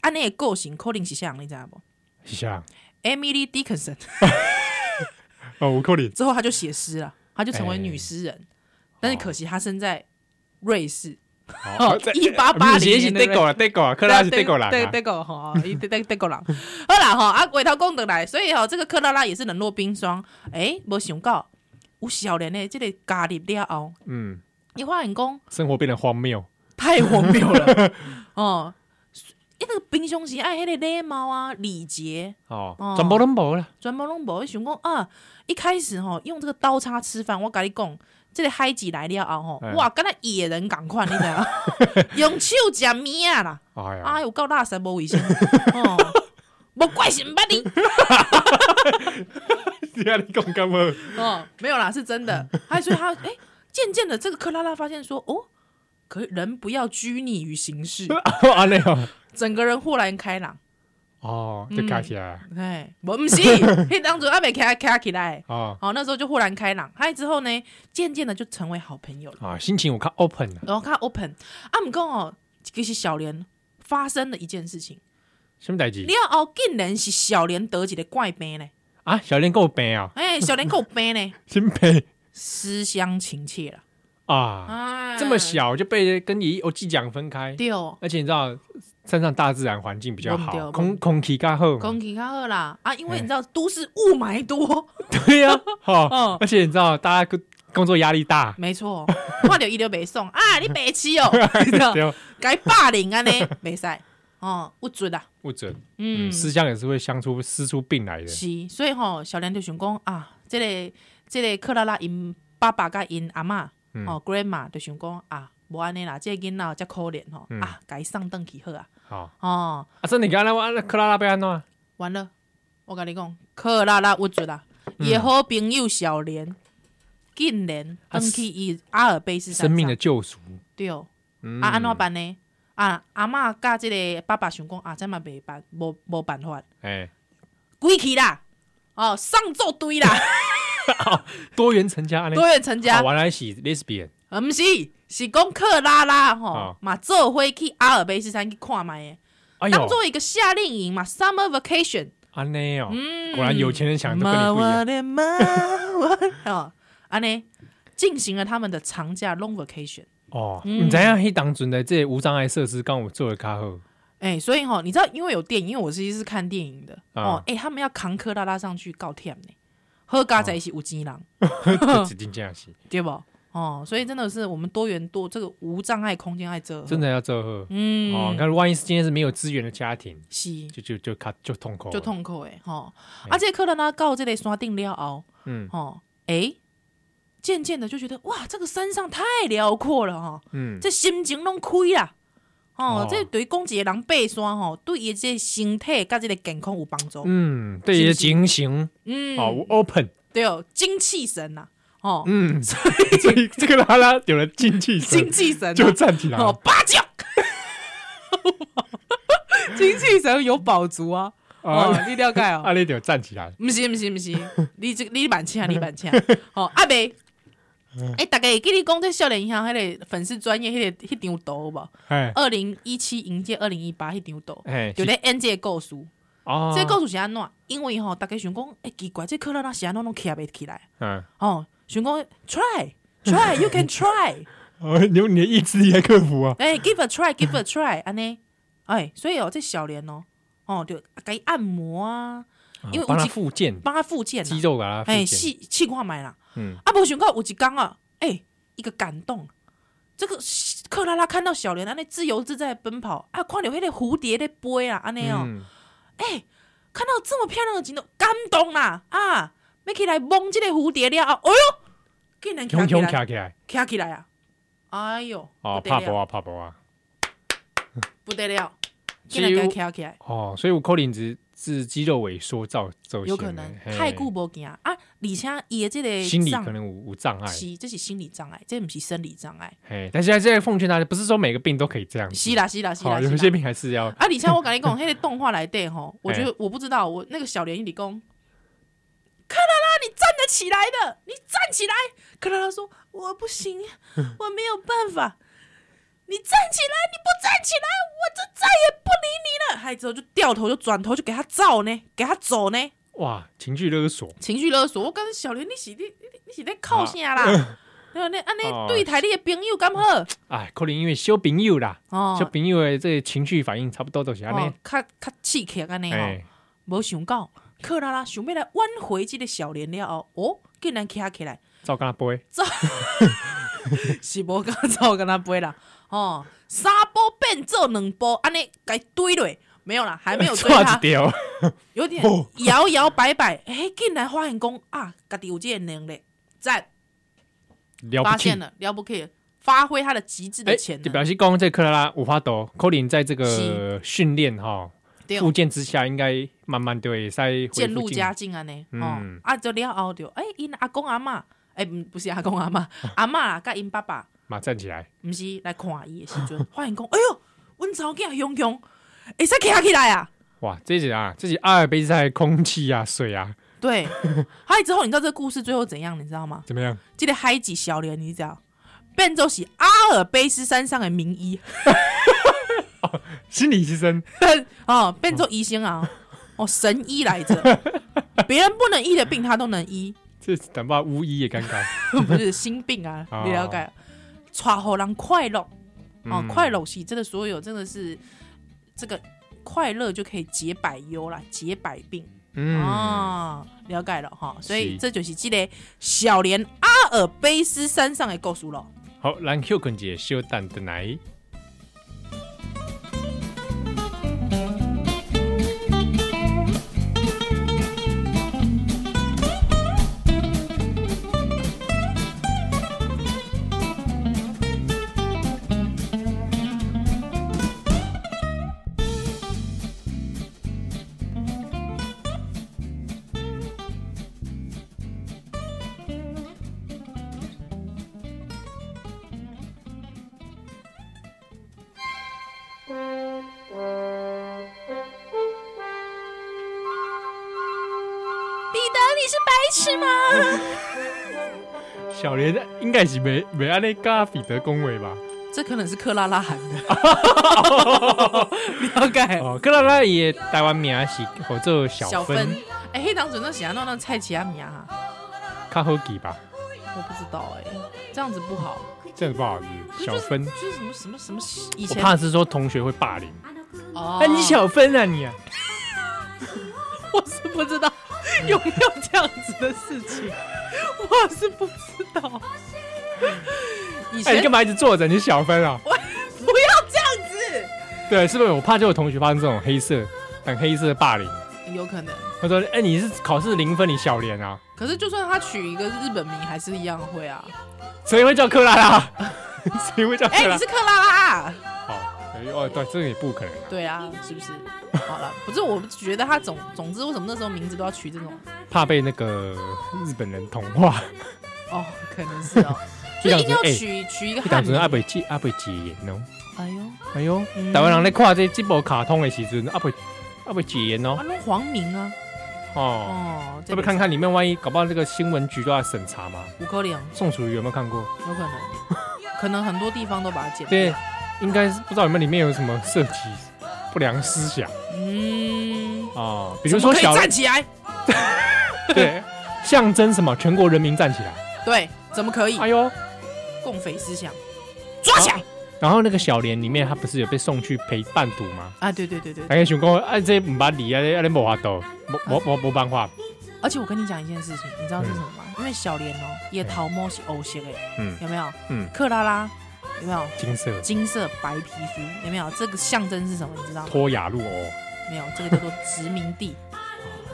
安内个性可能是像你知道不 是啊下？Emily Dickinson 哦，我扣你之后，她就写诗了，她就成为女哎诗人，但是可惜她生在瑞士。好哦， 一八八零是年德国啦，德国啦，克拉是德国啊啦，对德国哈，一德德国人。 好啦哈，啊，回头讲倒来，所以吼，这个克拉拉也是冷若冰霜。诶，无想到有少年的这个加入了后，嗯，哦你发现讲生活变得荒谬。太荒谬了 哦。因那个冰箱是爱迄个礼貌啊、礼节，哦哦，全部拢无啦，全部拢无。你想讲啊，一开始吼用这个刀叉吃饭，我甲你讲，这个海子来了后吼，哎哇，敢若野人赶快，你知道吗？用手食物啊啦。哎呀，啊，有够垃圾无卫生，哦，无怪是毋捌你， 你看你讲干 嘛？哦，没有啦，是真的。还所以他哎，渐渐的这个克拉拉发现说，哦，可以人不要拘泥于形式，啊那样整个人豁然开朗。哦，嗯就开起来哎，我毋是，迄当初阿没开开起来，哦好、那时候就豁然开朗。还之后呢，渐渐的就成为好朋友了，啊，心情我看 open 了，然后看 open，啊，毋讲哦，其实小莲发生了一件事情，什么代志了后竟然是小莲得一个怪病呢，啊？小莲够病啊，哎、小莲还有 病呢。心病思乡情切了啊，啊这么小就被跟你我即讲分开，对哦，而且你知道山上大自然环境比较忘不掉好，空空气较好嘛，空气较好啦啊，因为嘿你知道都市雾霾多， 对呀，嗯哈，而且你知道大家工作压力 大，没错，哦看到伊就袂爽啊，你白痴哦，你知 道对哦，该霸凌安尼 袂使哦，有准啊，不准，嗯嗯，，思乡也是会相出思出病来的，是，所以吼、小莲就想讲啊，这个这个克拉拉因爸爸甲因阿嬷嗯哦 grandma 就想讲啊，无安尼啦，这个囡仔遮可怜吼、嗯啊，该送顿去好啊，好哦，啊，真的给那我克拉拉被安诺，啊完了，我跟你讲，克拉拉有准啦，嗯伊的好朋友小莲，竟然啊登去伊阿尔卑斯山上生命的救赎，对，啊嗯安怎办呢？啊阿嬷甲即个爸爸想讲啊，这嘛袂办，无无办法，哎，归去啦，哦上奏堆 啦，多元成家安尼多元成家好，，原来是 lesbian 啊毋是是讲克拉拉吼哦，嘛做伙去阿尔卑斯山去看觅诶，哎当呦，做一个夏令营嘛，summer vacation，安内哦，嗯果然有钱人想的都跟你不一样。的妈，我的 哦，安尼进行了他们的长假 long vacation。哦，嗯你知影迄当阵的这些无障碍设施，刚有做的较好，哎、所以哈、你知道，因为有电影，因为我其实是看电影的、啊哦。哎、他们要扛克拉拉上去告天呢，喝嘎在一起五金狼，这指定这样是对不？哦，所以真的是我们多元多这个无障碍空间爱这，真的要做好。嗯，哦，看万一是今天是没有资源的家庭，是就就就卡就痛苦，就，痛苦哎哈、哦。哎啊，这克拉拉告这类山顶了后，嗯哦，哎、渐渐的就觉得哇，这个山上太辽阔了哈、哦。嗯，这心情拢开啦。哦哦，这对于讲一个人爬山吼，对伊这个身体甲这个健康有帮助。嗯，对伊的情形，嗯，哦有，open，对哦，精气神呐、哦，嗯，所以这 个拉拉有了精气神精，气神、就啊、站起来哦，了，八九， 精气神有饱足啊。哦啊，，你了解阿哦？丽就站起来了，不是不是不是，你这你蛮请你蛮请。哦，阿妹，哎，大概给你讲这少年银行迄个粉丝专业迄个迄张图无？哎二零一七迎接二零一八迄张图，哎，就是咧演这个故事。哦，这个故事是安怎？因为吼，大家想讲，哎、奇怪，这克拉拉是安怎拢起袂起来？嗯，哦，想讲 try try you can try，哦，你用你的意志力来克服啊，哎、g i v e a try give a try，安尼，哎、所以哦，这小莲哦，哦，就该按摩啊， 因为帮有他一复健，帮他复健、啊肌，肉给他哎、复试健，试看买啦，嗯，啊，无想到有一天啊，哎、一个感动。这个克拉拉看到小莲安尼自由自在地奔跑啊，看到迄个蝴蝶在飞啊，安尼哦，嗯看到这么漂亮的景色，感动啦啊！要起来摸这个蝴蝶了啊！哎呦，竟然强站起强卡来，起来，站起来啊！哎呦，哦，不怕得不了，啊，怕不啊，不得了，只竟有然敢站起来，哦，所以我扣领子是肌肉萎缩造造有成可的能嘿太久无行啊！而且伊的这个心理障可能有有障碍，是这是心理障碍，这不是生理障碍。嘿，但现在在奉劝大家，不是说每个病都可以这样子，是啦是啦是好，啦，有是些啦病还是要啊！而且我跟你讲，那个动画来 对吼，我哎觉得我不知道，我那个小莲一里公，克拉拉，你站得起来的，你站起来。克拉拉说：“我 不行，我没有办法。”你站起来，你不站起来，我就再也不理你了。孩子就掉头就转头就给他照呢，给他走呢，哇情绪勒索，情绪勒索。我跟小莲，你是你你你是在靠啥啦？对吧？那安啊哦尼对台你的朋友敢好？哎，可能因为小朋友啦，哦小朋友的这个情绪反应差不多都是安哦尼，，较较刺激安尼吼。哎，无想到克拉拉想要来挽回即个小莲了后，哦，竟然徛起来，照跟他播，是无敢走跟他飞啦， 哦，三波变做两波，安尼该堆落没有啦，还没有啊追错他一，条，有点哦摇摇摆摆， 哎、竟然发现讲啊，家己有这个能力，赞， 了发不起现。了，了不起，发挥他的极致的哎，潜就能，表示讲这克拉拉五花豆，柯林在这个是训练哈对哦附件之下，应该慢慢就会再恢复渐入进佳境安尼，哦嗯，啊，就了后就，哎、因阿公阿嬷，哎、嗯不是阿公阿嬷，阿嬷啦，甲因爸爸。嘛站起来，毋是来看伊的时 阵，发现讲，哎哟，阮查某囝雄雄会使徛起来啊！哇，这是啊，这是阿尔卑斯山的空气啊、水啊， 对，还有之后，你知道这个故事最后怎样？你知道吗？怎么样？这个海吉小莲，你知道，变奏是阿尔卑斯山上的名医， 心理医生哦，变奏医生啊，哦，神医来 着，别人不能医的病他都能医，这等把巫医也尴尬，不是心病啊， 哦你了解？带互人快乐，哦嗯，快乐是真的，所有真的是这个快乐就可以解百忧啦，解百病。嗯，哦，了解了哈，所以是这就是这个小莲阿尔卑斯山上的故事了。好，咱休困一下，小等等来。彼得，你是白痴吗？小莲应该是没没安尼甲彼得恭维吧？这可能是克拉拉喊的， 了解。哦，克拉拉伊的台湾名是叫做小小分，芬，哎、黑糖准那喜欢弄那菜奇阿米啊，卡好记吧，我不知道哎、这样子不好。这样不好意思。小分，就是什么什么什么以我前怕是说同学会霸凌。哦啊，你小分啊你啊，我是不知道有没有这样子的事情，我是不知道。以哎，前、你干嘛一直坐着？你是小分 啊？不要这样子，对，是不是？我怕就有同学发生这种黑色、很黑色的霸凌。有可能。他说：“哎、你是考试零分，你小脸啊，可是就算他取一个日本名，还是一样会啊。谁会叫克拉拉？ 谁会叫哎、克拉你是克拉拉、啊，好，哎哦，对，这个也不可能啊。对啊，是不是？好了，不是，我觉得他总总之，为什么那时候名字都要取这种？怕被那个日本人同化。 哦，可能是 哦，所以一定要哎取、取一个你当汉时名阿。伯戒阿伯戒严哦，哎呦，哎呦，嗯台湾人在看这这部卡通的时阵，啊阿伯阿伯戒严啊哦，，弄黄名啊，哦，哦，要不要看看里面，万一搞不好这个新闻局都要审查嘛。五颗零，宋楚瑜有没有看过？有可能， 可能很多地方都把它剪掉。对，应该是不知道有没有里面有什么涉及不良思想嗯，哦，比比如说小站起来，对，象征什么？全国人民站起来。对，怎么可以哎？哦呦，共匪思想，抓起来然后那个小莲里面，他不是有被送去陪伴读吗？啊！对对对对，大家想讲，哎、啊，这唔捌理啊，啊，你无法度，无无无无办法。而且我跟你讲一件事情，你知道是什么吗？因为小莲哦，也桃摸是欧型哎，嗯有没有？嗯，克拉拉有没有？金色金色白皮肤有没有？这个象征是什么？你知道吗？脱雅路哦，没有，这个叫做殖民地。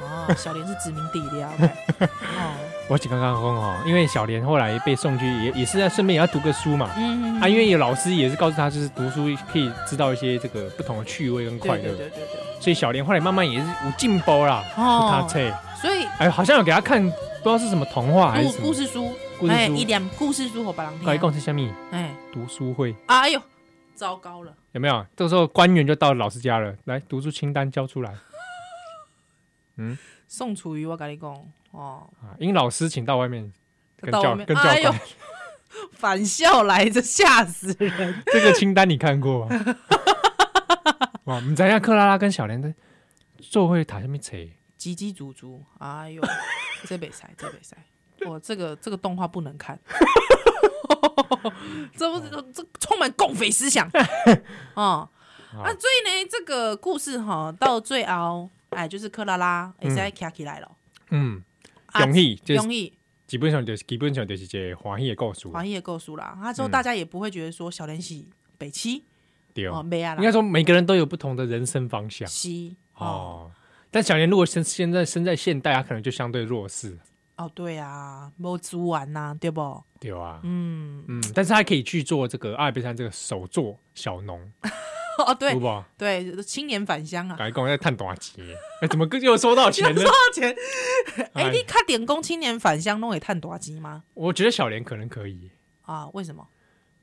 哦，小莲是殖民地 的呀。OK 哦，我是刚刚讲哦，因为小莲后来被送去，也也是在顺便也要读个书嘛。嗯，啊，因为有老师也是告诉他，就是读书可以知道一些这个不同的趣味跟快对乐，对对对对，所以小莲后来慢慢也是有进步啦，不他哦，册，所以哎，好像有给他看，不知道是什么童话还是故什故么事书，故事哎，书一点故事书给别人搞一听共啊。是虾米哎，读书会，哎呦，糟糕了，有没有？这个时候官员就到老师家了，来读书清单交出来宋楚瑜，我跟你讲，哦，啊，因老师请到外面跟到外教面跟教哎呦官， 返校来，这吓死人！这个清单你看过吗？ 哇，我们咱下克拉拉跟小莲在座位塔下面扯，叽叽足足，哎呦， 这北塞，这北塞，我这个这个动画不能看， 这不哦这这充满共匪思 想哦好啊！所以呢，这个故事哈到最后，哎，就是克拉拉也是在卡起来了，嗯，啊容易就是容易基本上就是基本上就是一个欢喜的故事，黄叶够熟啦。他之后嗯大家也不会觉得说小莲喜北七对。哦，没啊应该啦，说每个人都有不同的人生方向西哦哦。但小莲如果生现在生在现代，她可能就相对弱势，哦，对啊，没煮完呐，对不？对吧？嗯，嗯，但是她可以去做这个阿尔卑斯山这个手作小农，哦对对不？对，青年返乡啊，改工在探短 期，哎，怎么跟又收到钱呢？花钱。哎、你看点工青年返乡弄也探多机吗？我觉得小莲可能可以，啊，为什么？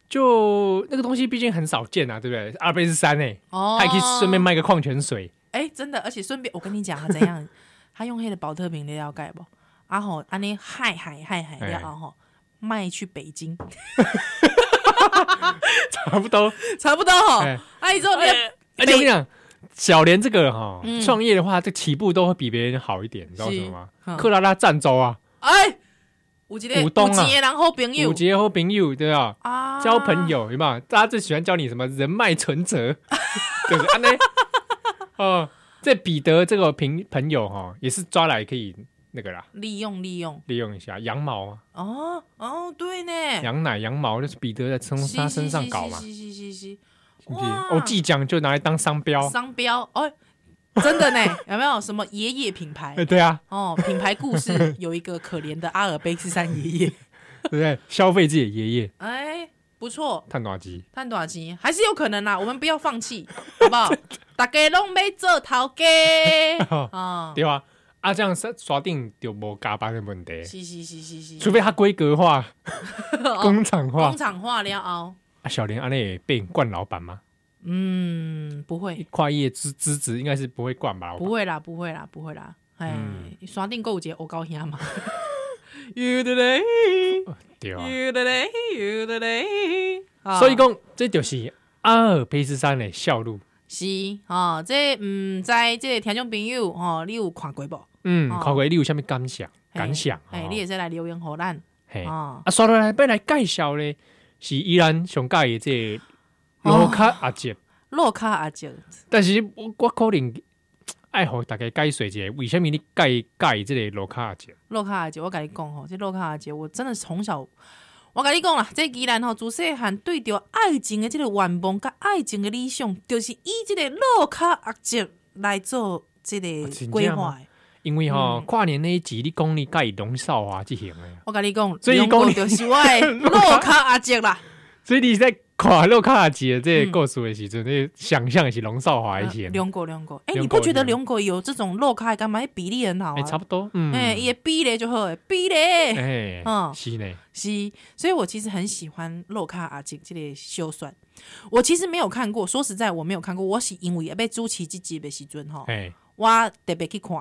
就那个东西毕竟很少见啊，对不对？阿尔卑斯山哎，哦她也可以顺便卖个矿泉水， 哎、真的，而且顺便我跟你 讲啊，怎样？他用黑的保特瓶的料盖不？啊吼，安尼嗨嗨嗨嗨哎了啊吼，卖去北京， 差不多。差不多吼。哎哎，之后那个而且我跟你讲，小莲这个哈嗯创业的话，这起步都会比别人好一点，你知道为是什么吗？嗯克拉拉占州啊。哎，有一个股东啊有钱的人好朋友五节后朋友对吧？啊，交朋友有没有？大家最喜欢教你什么人脉存折， 对不对？安内哦，这彼得这个朋朋友哈、也是抓来可以那个啦，利用利用利用一下羊毛啊，哦哦，对呢，羊奶、羊毛就是彼得在身是他身上搞嘛，是是是是是是不是？哇哦，季奖就拿来当商标，商标哦，真的呢，有没有什么爷爷品牌哎，？对啊，哦，品牌故事有一个可怜的阿尔卑斯山爷爷，对不对？ 消费自己的爷爷 哎，不错，探暖机，探短期还是有可能啊啦，我们不要放 弃，好不好？大家拢没做头家 啊，对吧？啊，这样刷刷定就无加班的问题，是是是是是，除非它规格 化、工厂化工。厂化了哦，啊，小莲安内被冠老板吗？嗯，不会，跨业之之职应该是不会灌吧？不会，会啦，不会啦，不会啦，哎嗯，刷定购节我高兄 嘛。You the day, 对啊， you the day, you the day，啊所以讲这就是阿尔卑斯山的笑路。是哦，这毋知这个听众朋友哦，你有看过无？嗯，哦看过你有啥物感想？嘿感想？哎，哦你会使来留言互咱嘿，哦。啊，刷落来要来介绍咧，是依然上介意这罗卡阿杰，洛卡阿叔，但是我我可能爱互大家解释一下，为什么你介介意这个罗卡阿杰？洛卡阿叔，我甲你讲吼，这洛卡阿叔，我真的从小，我甲你讲啦，这既然吼，自细汉对着爱情的这个愿望，甲爱情的理想，就是以这个洛卡阿叔来做这啊个真的规划的。因为吼、嗯跨年那一集你讲你介意龙少华这型的，我甲你讲，所以两讲个你就是我 的洛卡阿叔啦。所以你在看罗卡阿杰这个故事的时阵，你想象的是龙少华一型，两个两个，哎，两你个不觉得一样两个有这种洛卡的干嘛？那比例很好哎、差啊。不多，嗯，哎，哎、伊的比例就好，比例。嗯是呢，是，所以我其实很喜欢《洛卡阿吉》这类修算。我其实没有看过，说实在我没有看过，我是因为被朱奇这集的时阵吼，哎、我特别去看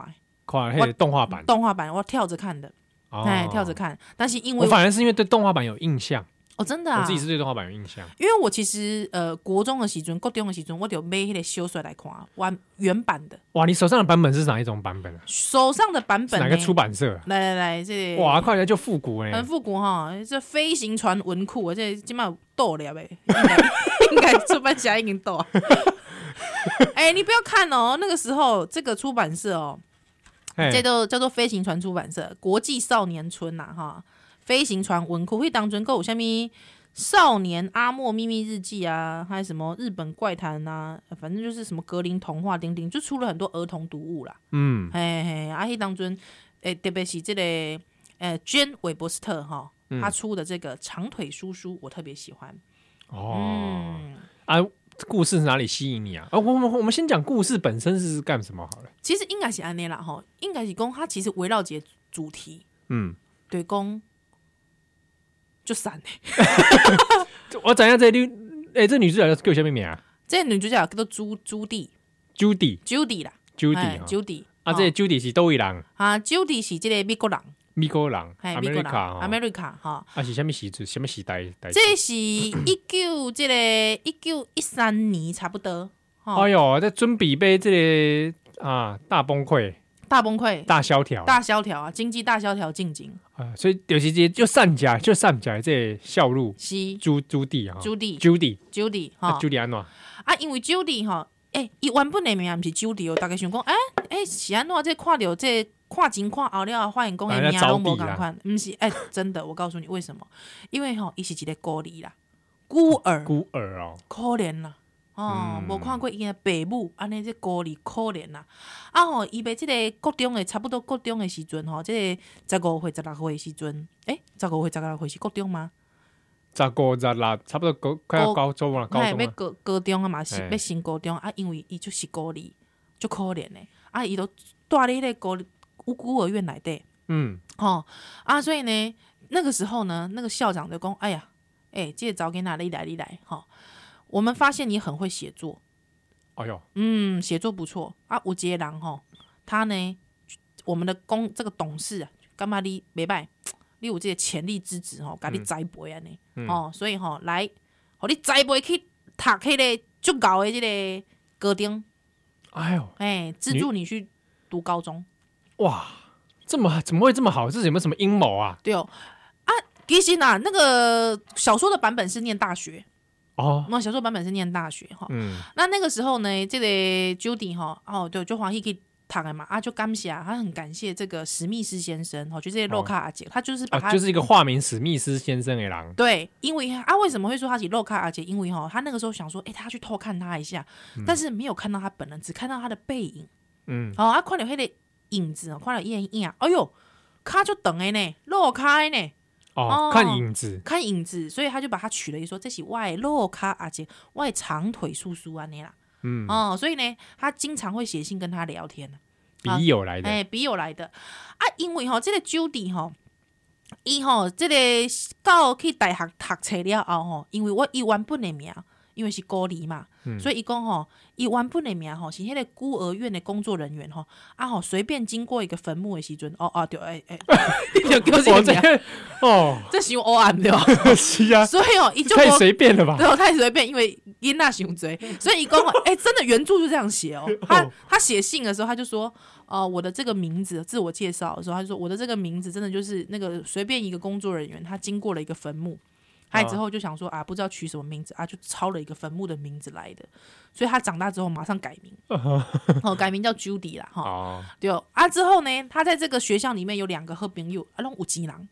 看那个动画版，动画版，我跳着看的，哎、跳着看。看。但是因我为反而是因为对动画版有印象，哦，真的我啊自，己是对动画版有印象。因为我其实呃国中的时阵、高中的时阵，我就买迄个修算来看，玩原版的，哇，你手上的版本是哪一种版本啊？手上的版是本哪个呢出版社啊？来来来，这哇，看起来就复古哎、很复古哈，这飞行船文库，我这今麦有倒了呗，应该 应该出版社已经倒了。 哎、你不要看哦，那个时候这个出版社哦，欸，这都叫做飞行船出版社，国际少年村呐、哈，飞行船文库会当中购有虾米少年阿莫秘密日记啊，还有什么日本怪谈呐、啊，反正就是什么格林童话丁丁，就出了很多儿童读物啦。嗯，嘿嘿，啊，迄当阵，诶、特别是这个，呃诶、娟韦伯斯特哈，嗯他出的这个长腿叔叔，我特别喜欢。嗯哦，啊，故事是哪里吸引你啊？啊，我我我们先讲故事本身是干什么好了。其实应该是安尼啦，吼，应该是讲他其实围绕一个主题，嗯，对讲就散嘞。这我讲一下这女，哎、这女主角叫什么名啊这个女主角叫做朱朱棣？Judy，Judy ，Judy 啦哎啊， ，Judy 啊，这个 Judy 是多位人，啊，Judy 是这个美国人，美国人嘿，哎美国人，America 哦，America 哈，啊是什么时阵？什么时代？代志这是一九这个一九一三年差不多，哎哈，呦，这准备被这个啊大崩溃、大崩溃，大萧条，大萧条啊，经济大萧条进境啊，所以就是这就散家就散家这笑路是朱朱棣啊 Judy 哦，Judy Judy 啊哈，Judy 安怎？啊，因为 Judy 哈，诶，伊原本的名毋是 Judy 哦，大家想讲，诶诶，是安怎这看着这看前看后了，发现讲啊伊名要拢无招娣共啦款，毋是诶，真的，我告诉你为什么？因为吼，伊是一个孤儿啦，孤儿孤儿哦，可怜啦。哦，嗯无看过伊的爸母，安尼这孤儿可怜啦。啊吼，伊被即个国中的差不多国中的时阵吼，即、个十五岁、十六岁的时阵，诶、十五岁、十六岁是国中吗？十五十六，差不多高快要啊高中了，高哎，中要了，高高中啊嘛，是嘿要升高中啊，因为伊就是孤儿，就可怜的啊，伊都住伫迄个孤儿孤孤儿院内底，嗯，吼、啊，所以呢，那个时候呢，那个校长就讲，哎呀，哎、这个查囡仔你来你来，吼、我们发现你很会写作，哎呦，嗯，写作不错啊，有一个人吼，他呢，我们的公这个董事啊，干嘛你袂歹，你有这个潜力之子吼，甲你栽培安尼、哦，所以吼来，互你栽培去读迄个足够的即个高中，哎呦，哎、资助你去读高中，哇，这么怎么会这么好？这是有没有什么阴谋啊？对哦。啊，其实呐、那个小说的版本是念大学，哦，那小说版本是念大学哈。嗯，那那个时候呢，这个 Judy 哈，哦，对，就黄奕去读的嘛，啊，就感谢，他很感谢这个史密斯先生，哦，就这些洛卡阿杰，他就是把他、啊，就是一个化名史密斯先生的人，对，因为啊，为什么会说他是洛卡阿杰？因为哈、他那个时候想说，哎、他去偷看他一下，但是没有看到他本人，只看到他的背影，嗯，哦，啊，看到那个影子哦，看到伊的影，哎呦，卡就等的呢，洛卡的呢，哦哦，看影子，看影子，所以他就把他取了一说，这是外洛卡阿杰，外长腿叔叔安尼啦。嗯，哦，所以呢，他经常会写信跟他聊天笔友来的，哎，笔友来的啊，因为吼、这个 Judy 吼、伊吼、这个到去大学读册了后吼、因为我伊原本的名，因为是孤儿嘛，嗯所以伊讲吼，伊原本的名吼、是迄个孤儿院的工作人员吼、 啊吼、随便经过一个坟墓的时阵，哦哦对，哎哎，你就叫这我个这名，哦，这形容欧暗对吧？ 是啊，所以哦，伊就太无随便了吧？对，我太随便，因为因那熊追，所以一共哎、真的原著就这样写哦。他哦他写信的时候，他就说，呃，我的这个名字自我介绍的时候，他就说我的这个名字真的就是那个随便一个工作人员，他经过了一个坟墓，他之后就想说啊，不知道取什么名字啊，就抄了一个坟墓的名字来的，所以他长大之后马上改名，哦，改名叫 Judy 啦，哈，哦，对哦啊，之后呢，他在这个学校里面有两个好朋友，啊，拢有钱人。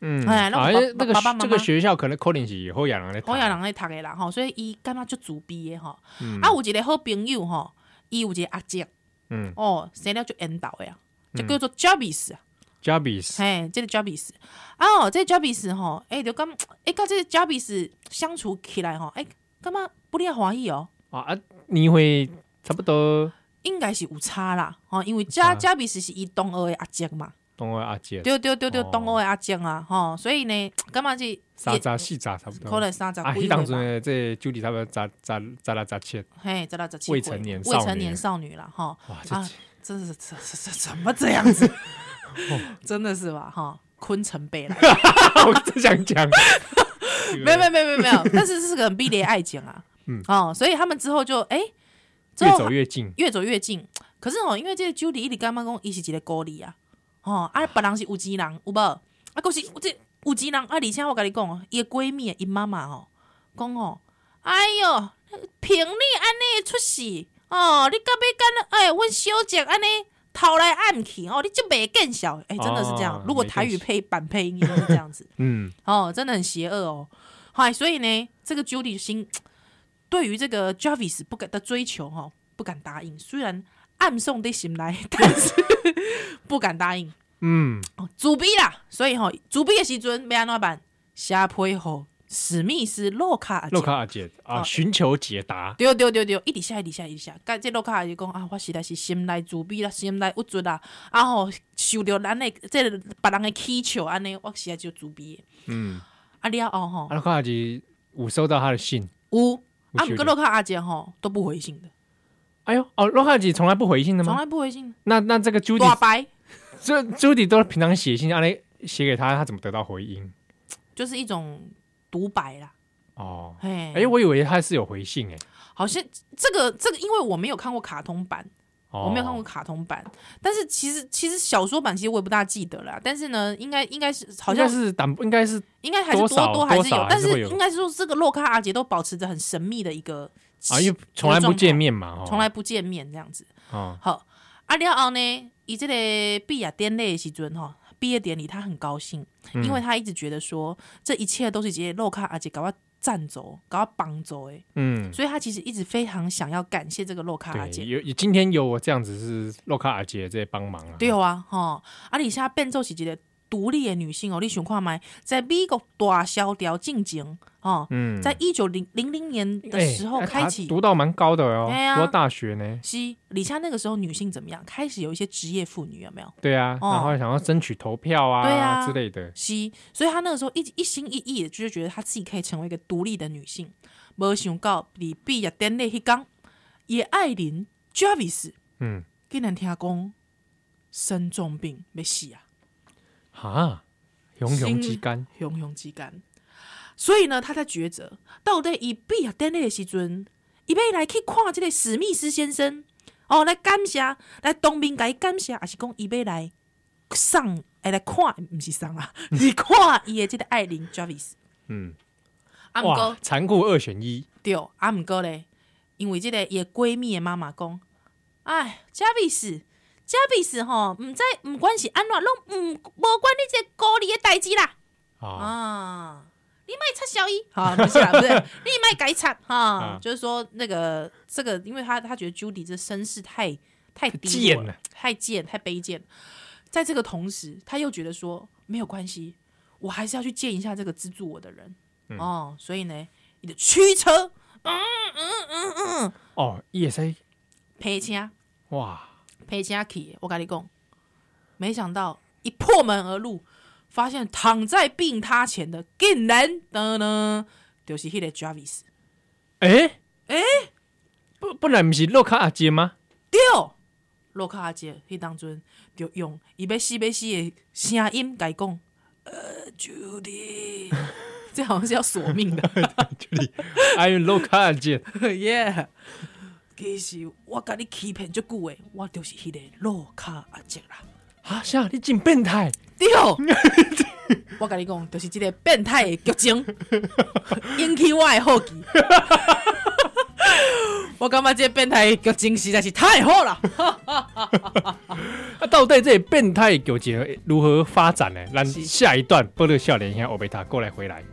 嗯，哎那我啊，因为爸那个爸爸妈妈这个学校可能可能是后亚人的，欧亚，人咧读的啦吼，所以伊感觉足自卑的吼。啊，有一个好朋友吼，伊有一个阿叔嗯哦，生了就缘投的啊，就叫做 Jarvis 啊， ，Jabis，嘿，这个 Jarvis 啊，哦，这个 Jarvis 吼，哎，就感，哎，跟这个 Jarvis 相处起来吼，哎，感觉不哩欢喜哦，啊啊，你会差不多应该是有差啦，吼，因为差 Jar Jarvis 是伊东欧的阿叔嘛，懂我阿姐，对对对对，哦东欧的阿叔啊，吼，所以呢，感觉这三扎四扎差不可多。能三十啊，几迄岁当吧阵。的这九弟差不多十十十六十七，嘿，知道这未成年少未成女年少女了哈，哇，这啊，这是这这这怎么这样 子？真的是吧？哈，昆城贝莱， 我真想 讲，没有没有没有没有没有，但是是个很逼的爱情啊。嗯哦，所以他们之后就哎，之越后走越近，越走越近。可是哦，因为这个 Judy 一直干妈讲，伊是一个孤儿啊。哦，啊，别人是有钱人，有无？啊，可是这有钱人啊，而且我跟你讲哦，伊的闺蜜，伊妈妈哦，讲哦，哎哟，凭你安尼出事哦，你到尾干哎，阮小姐安尼偷来暗去哦，你就袂见笑的。哎，真的是这样。哦如果没见台语识配版配音就是这样子。嗯，哦，真的很邪恶哦。嗨，所以呢，这个 Judy 心对于这个 Jarvis 不敢的追求哈、哦，不敢答应。虽然暗送的心来， 但是不敢答应。嗯，哦，主逼啦，所以吼、哦，主逼的时阵要安怎办？下配吼史密斯洛卡阿姐洛卡阿姐啊，哦寻求解答，对对对对，一直下一直下一直下，甲这落卡就讲啊，我实在是心内自卑啦，心内郁卒啦，啊吼、受着咱的这个别人的乞求安尼，我实在就自卑的。嗯，啊了后吼啊，，洛卡阿姐有收到他的信，有有啊，收到毋过洛卡阿姐吼都不回信的，哎呦，哦，洛卡阿姐从来不回信的从吗？来不回信。那那这个大 Judy，白这 Judy 都平常写信，阿雷写给他，他怎么得到回音？就是一种独白啦，哦，哎哎，我以为他是有回信，哎，好像这个这个，因为我没有看过卡通版，哦我没有看过卡通版，但是其实其实小说版其实我也不大记得啦，但是呢，应该应该是好好像像是党，应该是应该还是多少多还是多有少，但还是会有应该是说这个洛卡阿杰都保持着很神秘的一个啊，因为从来不见面嘛，哦从来不见面这样子。哦，好，啊了后呢，以这个毕业典礼的时阵哈，毕业典礼他很高兴，嗯因为他一直觉得说这一切都是这些洛卡阿杰搞我占走，搞我绑走哎，嗯，所以他其实一直非常想要感谢这个洛卡阿对，杰。有有今天有我这样子是洛卡阿姐在帮忙啊，对啊，吼、啊，而且变做是一个独立的女性哦，你想看麦，在美国大萧条进前哦，嗯，在一九零零零年的时候哎开启、他读到蛮高的哦哎，呀读到大学呢，是，李佳那个时候女性怎么样？开始有一些职业妇女有没有？对啊，哦然后想要争取投票啊，对啊之类的，是，所以她那个时候一直一心一意的，就是觉得她自己可以成为一个独立的女性。没想到李毕业典礼迄天，叶爱玲 Jarvis 嗯，竟然听讲生重病要死啊，哈，熊熊心之干，汹汹之间。所以呢，她在抉择，到底伊毕业典礼的时阵，伊要来去看这个史密斯先生，哦，来感谢，来当面甲伊感谢，还是讲伊要来送，哎，来看，毋是送啊， 是看伊的这个艾琳 Jarvis。嗯，啊，毋哇过，残酷二选一，对，啊，毋过咧，因为即个伊的闺蜜的妈妈讲，哎，Jarvis。Jarvis 吼，毋知毋管是安怎，拢毋嗯无管你这个孤儿的代志啦。啊，啊，你卖插小一， 好，不是啦，不是，你卖改插哈啊，就是说那个这个，因为他他觉得 Judy 这身世太太低贱落了，太贱，太卑贱。在这个同时，他又觉得说没有关系，我还是要去见一下这个资助我的人、嗯哦，所以呢，你的驱车哦，ESA，陪车哇，陪车去的，我跟你讲，没想到一破门而入，发现躺在病榻前的竟然的呢，就是那个 Jarvis。哎哎，不不然不是洛卡阿姐吗？ 对，洛克阿姐迄当阵就用伊要死要死的声音甲伊讲，呃，Judy，这 好像是要索命的。哎呦，老看见 yeah，其实我甲你欺骗足久诶，我就是迄个落卡阿叔啦。啊，啥？你真变态！对，我甲你讲，就是即个变态的剧情 引起我的好奇。 我感觉这个变态的剧情实在是太好了。啊，到底这个变态纠结如何发展呢？咱是下一段波乐笑脸兄欧贝塔过来回来。